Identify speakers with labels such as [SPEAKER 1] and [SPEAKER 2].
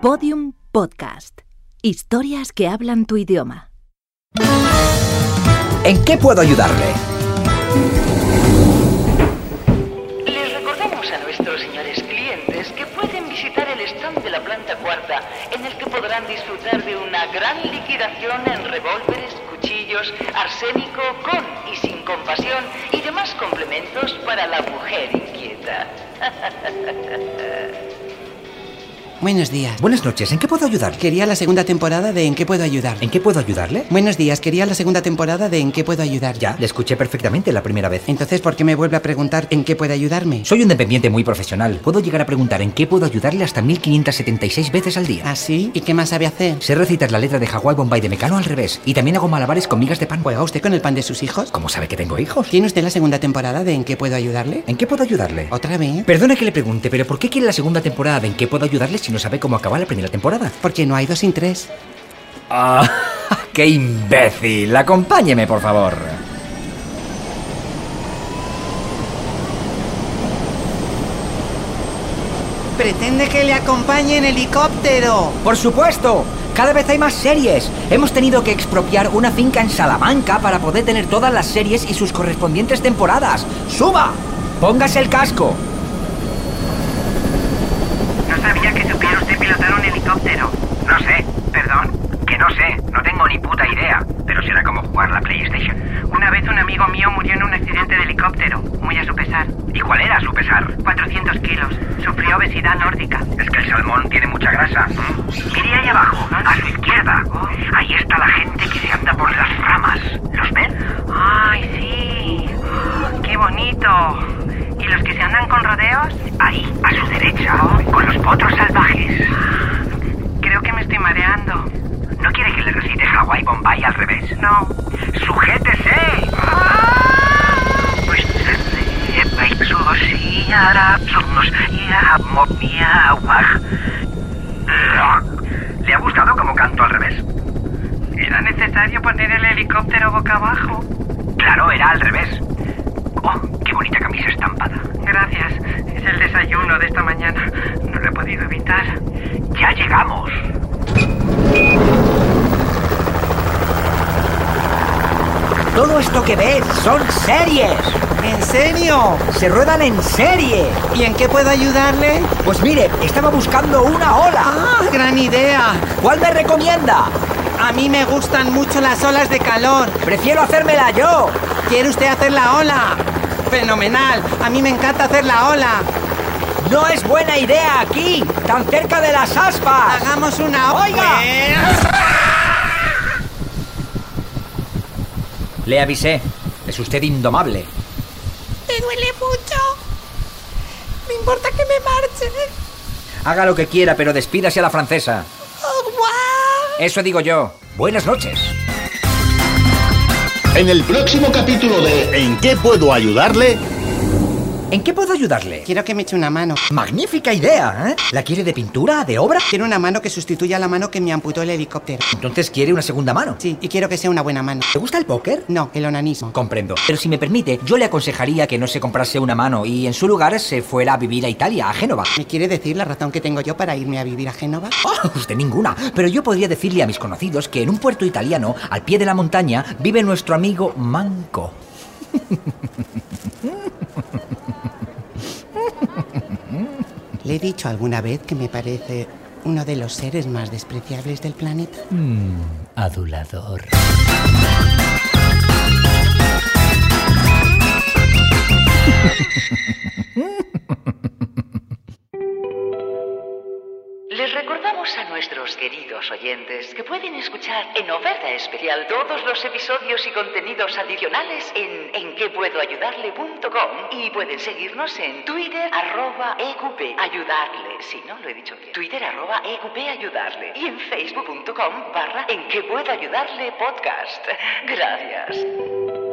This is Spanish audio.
[SPEAKER 1] Podium Podcast. Historias que hablan tu idioma.
[SPEAKER 2] ¿En qué puedo ayudarle?
[SPEAKER 3] Les recordamos a nuestros señores clientes que pueden visitar el stand de la planta cuarta, en el que podrán disfrutar de una gran liquidación en revólveres, cuchillos, arsénico, con y sin compasión y demás complementos para la mujer inquieta.
[SPEAKER 4] Buenos días.
[SPEAKER 2] Buenas noches, ¿en qué puedo ayudarle?
[SPEAKER 4] Quería la segunda temporada de ¿En qué puedo ayudar?
[SPEAKER 2] ¿En qué puedo ayudarle?
[SPEAKER 4] Buenos días, quería la segunda temporada de ¿En qué puedo ayudar?
[SPEAKER 2] Ya, le escuché perfectamente la primera vez.
[SPEAKER 4] Entonces, ¿por qué me vuelve a preguntar ¿En qué puede ayudarme?
[SPEAKER 2] Soy un dependiente muy profesional. Puedo llegar a preguntar en qué puedo ayudarle hasta 1576 veces al día.
[SPEAKER 4] ¿Así? ¿Ah, ¿Y qué más sabe hacer?
[SPEAKER 2] Sé recitar la letra de Hawái Bombay de Mecano al revés y también hago malabares con migas de pan.
[SPEAKER 4] ¿Juega usted con el pan de sus hijos?
[SPEAKER 2] ¿Cómo sabe que tengo hijos?
[SPEAKER 4] ¿Tiene usted la segunda temporada de ¿En qué puedo ayudarle?
[SPEAKER 2] ¿En qué puedo ayudarle?
[SPEAKER 4] ¿Otra vez?
[SPEAKER 2] Perdone que le pregunte, pero ¿por qué quiere la segunda temporada de ¿En qué puedo ayudarle si no sabe cómo acaba la primera temporada?
[SPEAKER 4] Porque no hay dos sin tres.
[SPEAKER 2] ¡Ah! ¡Qué imbécil! Acompáñeme, por favor.
[SPEAKER 4] Pretende que le acompañe en helicóptero.
[SPEAKER 2] Por supuesto, cada vez hay más series. Hemos tenido que expropiar una finca en Salamanca para poder tener todas las series y sus correspondientes temporadas. ¡Suba! Póngase el casco.
[SPEAKER 5] No sabía que supiera usted pilotar un helicóptero. No sé, perdón, que no sé, no tengo ni puta idea. Pero será como jugar la PlayStation. Una vez un amigo mío murió en un accidente de helicóptero, muy a su pesar.
[SPEAKER 2] ¿Y cuál era su pesar?
[SPEAKER 5] 400 kilos. Sufrió obesidad nórdica.
[SPEAKER 2] Es que el salmón tiene mucha grasa. ¿Mm? Mire ahí abajo, a su izquierda. Ahí está la gente que se anda por las ramas. ¿Los ven? Ah,
[SPEAKER 5] ¡Ay, sí! ¡Qué bonito! ¿Y los que se andan con rodeos?
[SPEAKER 2] Ahí, a su derecha, con los potros salvajes.
[SPEAKER 5] Creo que me estoy mareando.
[SPEAKER 2] ¿No quiere que le recite Hawái Bombay al revés?
[SPEAKER 5] No.
[SPEAKER 2] ¡Sujétese! ¡Ah! Pues ¿Le ha gustado como canto al revés?
[SPEAKER 5] Era necesario poner el helicóptero boca abajo.
[SPEAKER 2] Claro, era al revés. Oh, qué bonita camisa estampada.
[SPEAKER 5] Gracias. Es el desayuno de esta mañana. No lo he podido evitar.
[SPEAKER 2] ¡Ya llegamos! Todo esto que ves son series.
[SPEAKER 4] ¿En serio?
[SPEAKER 2] Se ruedan en serie.
[SPEAKER 4] ¿Y en qué puedo ayudarle?
[SPEAKER 2] Pues mire, estaba buscando una ola.
[SPEAKER 4] ¡Ah, gran idea!
[SPEAKER 2] ¿Cuál me recomienda?
[SPEAKER 4] A mí me gustan mucho las olas de calor.
[SPEAKER 2] Prefiero hacérmela yo.
[SPEAKER 4] ¿Quiere usted hacer la ola? Fenomenal. A mí me encanta hacer la ola.
[SPEAKER 2] No es buena idea aquí, tan cerca de las aspas.
[SPEAKER 4] Hagamos una ola.
[SPEAKER 2] Oiga. Le avisé. Es usted indomable.
[SPEAKER 6] Me duele mucho. Me importa que me marche.
[SPEAKER 2] Haga lo que quiera, pero despídase a la francesa.
[SPEAKER 6] Oh, guau.
[SPEAKER 2] Eso digo yo. Buenas noches.
[SPEAKER 7] En el próximo capítulo de ¿En qué puedo ayudarle?
[SPEAKER 2] ¿En qué puedo ayudarle?
[SPEAKER 4] Quiero que me eche una mano.
[SPEAKER 2] Magnífica idea, ¿eh? ¿La quiere de pintura, de obra?
[SPEAKER 4] Quiero una mano que sustituya a la mano que me amputó el helicóptero.
[SPEAKER 2] Entonces quiere una segunda mano.
[SPEAKER 4] Sí, y quiero que sea una buena mano.
[SPEAKER 2] ¿Te gusta el póker?
[SPEAKER 4] No, el onanismo.
[SPEAKER 2] Comprendo. Pero si me permite, yo le aconsejaría que no se comprase una mano y en su lugar se fuera a vivir a Italia, a Génova.
[SPEAKER 4] ¿Me quiere decir la razón que tengo yo para irme a vivir a Génova?
[SPEAKER 2] Oh, usted ninguna. Pero yo podría decirle a mis conocidos que en un puerto italiano, al pie de la montaña, vive nuestro amigo Manco.
[SPEAKER 4] ¿Le he dicho alguna vez que me parece uno de los seres más despreciables del planeta?
[SPEAKER 2] Adulador.
[SPEAKER 3] Les recordamos a nuestros queridos oyentes que pueden escuchar en oferta especial todos los episodios y contenidos adicionales en enquepuedoayudarle.com y pueden seguirnos en Twitter arroba EQP ayudarle, si no lo he dicho bien, Twitter arroba EQP ayudarle y en facebook.com barra en que puedo ayudarle podcast. Gracias.